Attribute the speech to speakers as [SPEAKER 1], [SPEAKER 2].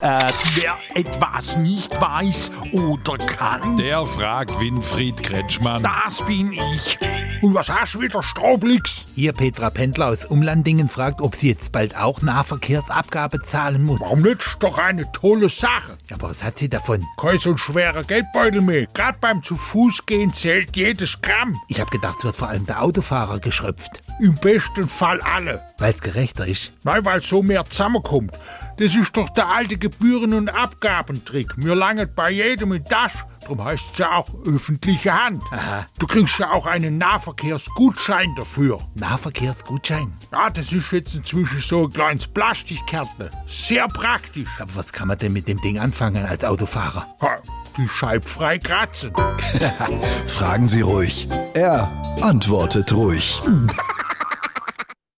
[SPEAKER 1] Äh, wer etwas nicht weiß oder kann,
[SPEAKER 2] Der fragt Winfried Kretschmann.
[SPEAKER 1] das bin ich. Und was hast du wieder, Stroblix?
[SPEAKER 3] Hier Petra Pendler aus Umlandingen fragt, ob sie jetzt bald auch Nahverkehrsabgabe zahlen muss.
[SPEAKER 1] Warum nicht? Ist Doch eine tolle Sache.
[SPEAKER 3] Aber was hat sie davon?
[SPEAKER 1] Kein so ein schwerer Geldbeutel mehr. Gerade beim zu Fuß gehen zählt jedes Gramm.
[SPEAKER 3] Ich habe gedacht, es wird vor allem der Autofahrer geschröpft,
[SPEAKER 1] Im besten Fall alle.
[SPEAKER 3] weil es gerechter ist.
[SPEAKER 1] Nein, weil so mehr zusammenkommt. Das ist doch der alte Gebühren- und Abgabentrick. Mir langet bei jedem in Tasch. Drum heißt es ja auch öffentliche Hand. Du kriegst ja auch einen Nahverkehrsgutschein dafür.
[SPEAKER 3] Nahverkehrsgutschein.
[SPEAKER 1] Ja, das ist jetzt inzwischen so ein kleines Plastikkärtner. Sehr praktisch.
[SPEAKER 3] Aber was kann man denn mit dem Ding anfangen als Autofahrer?
[SPEAKER 1] Ha, die Scheibe frei kratzen.
[SPEAKER 4] Fragen Sie ruhig. Er antwortet ruhig.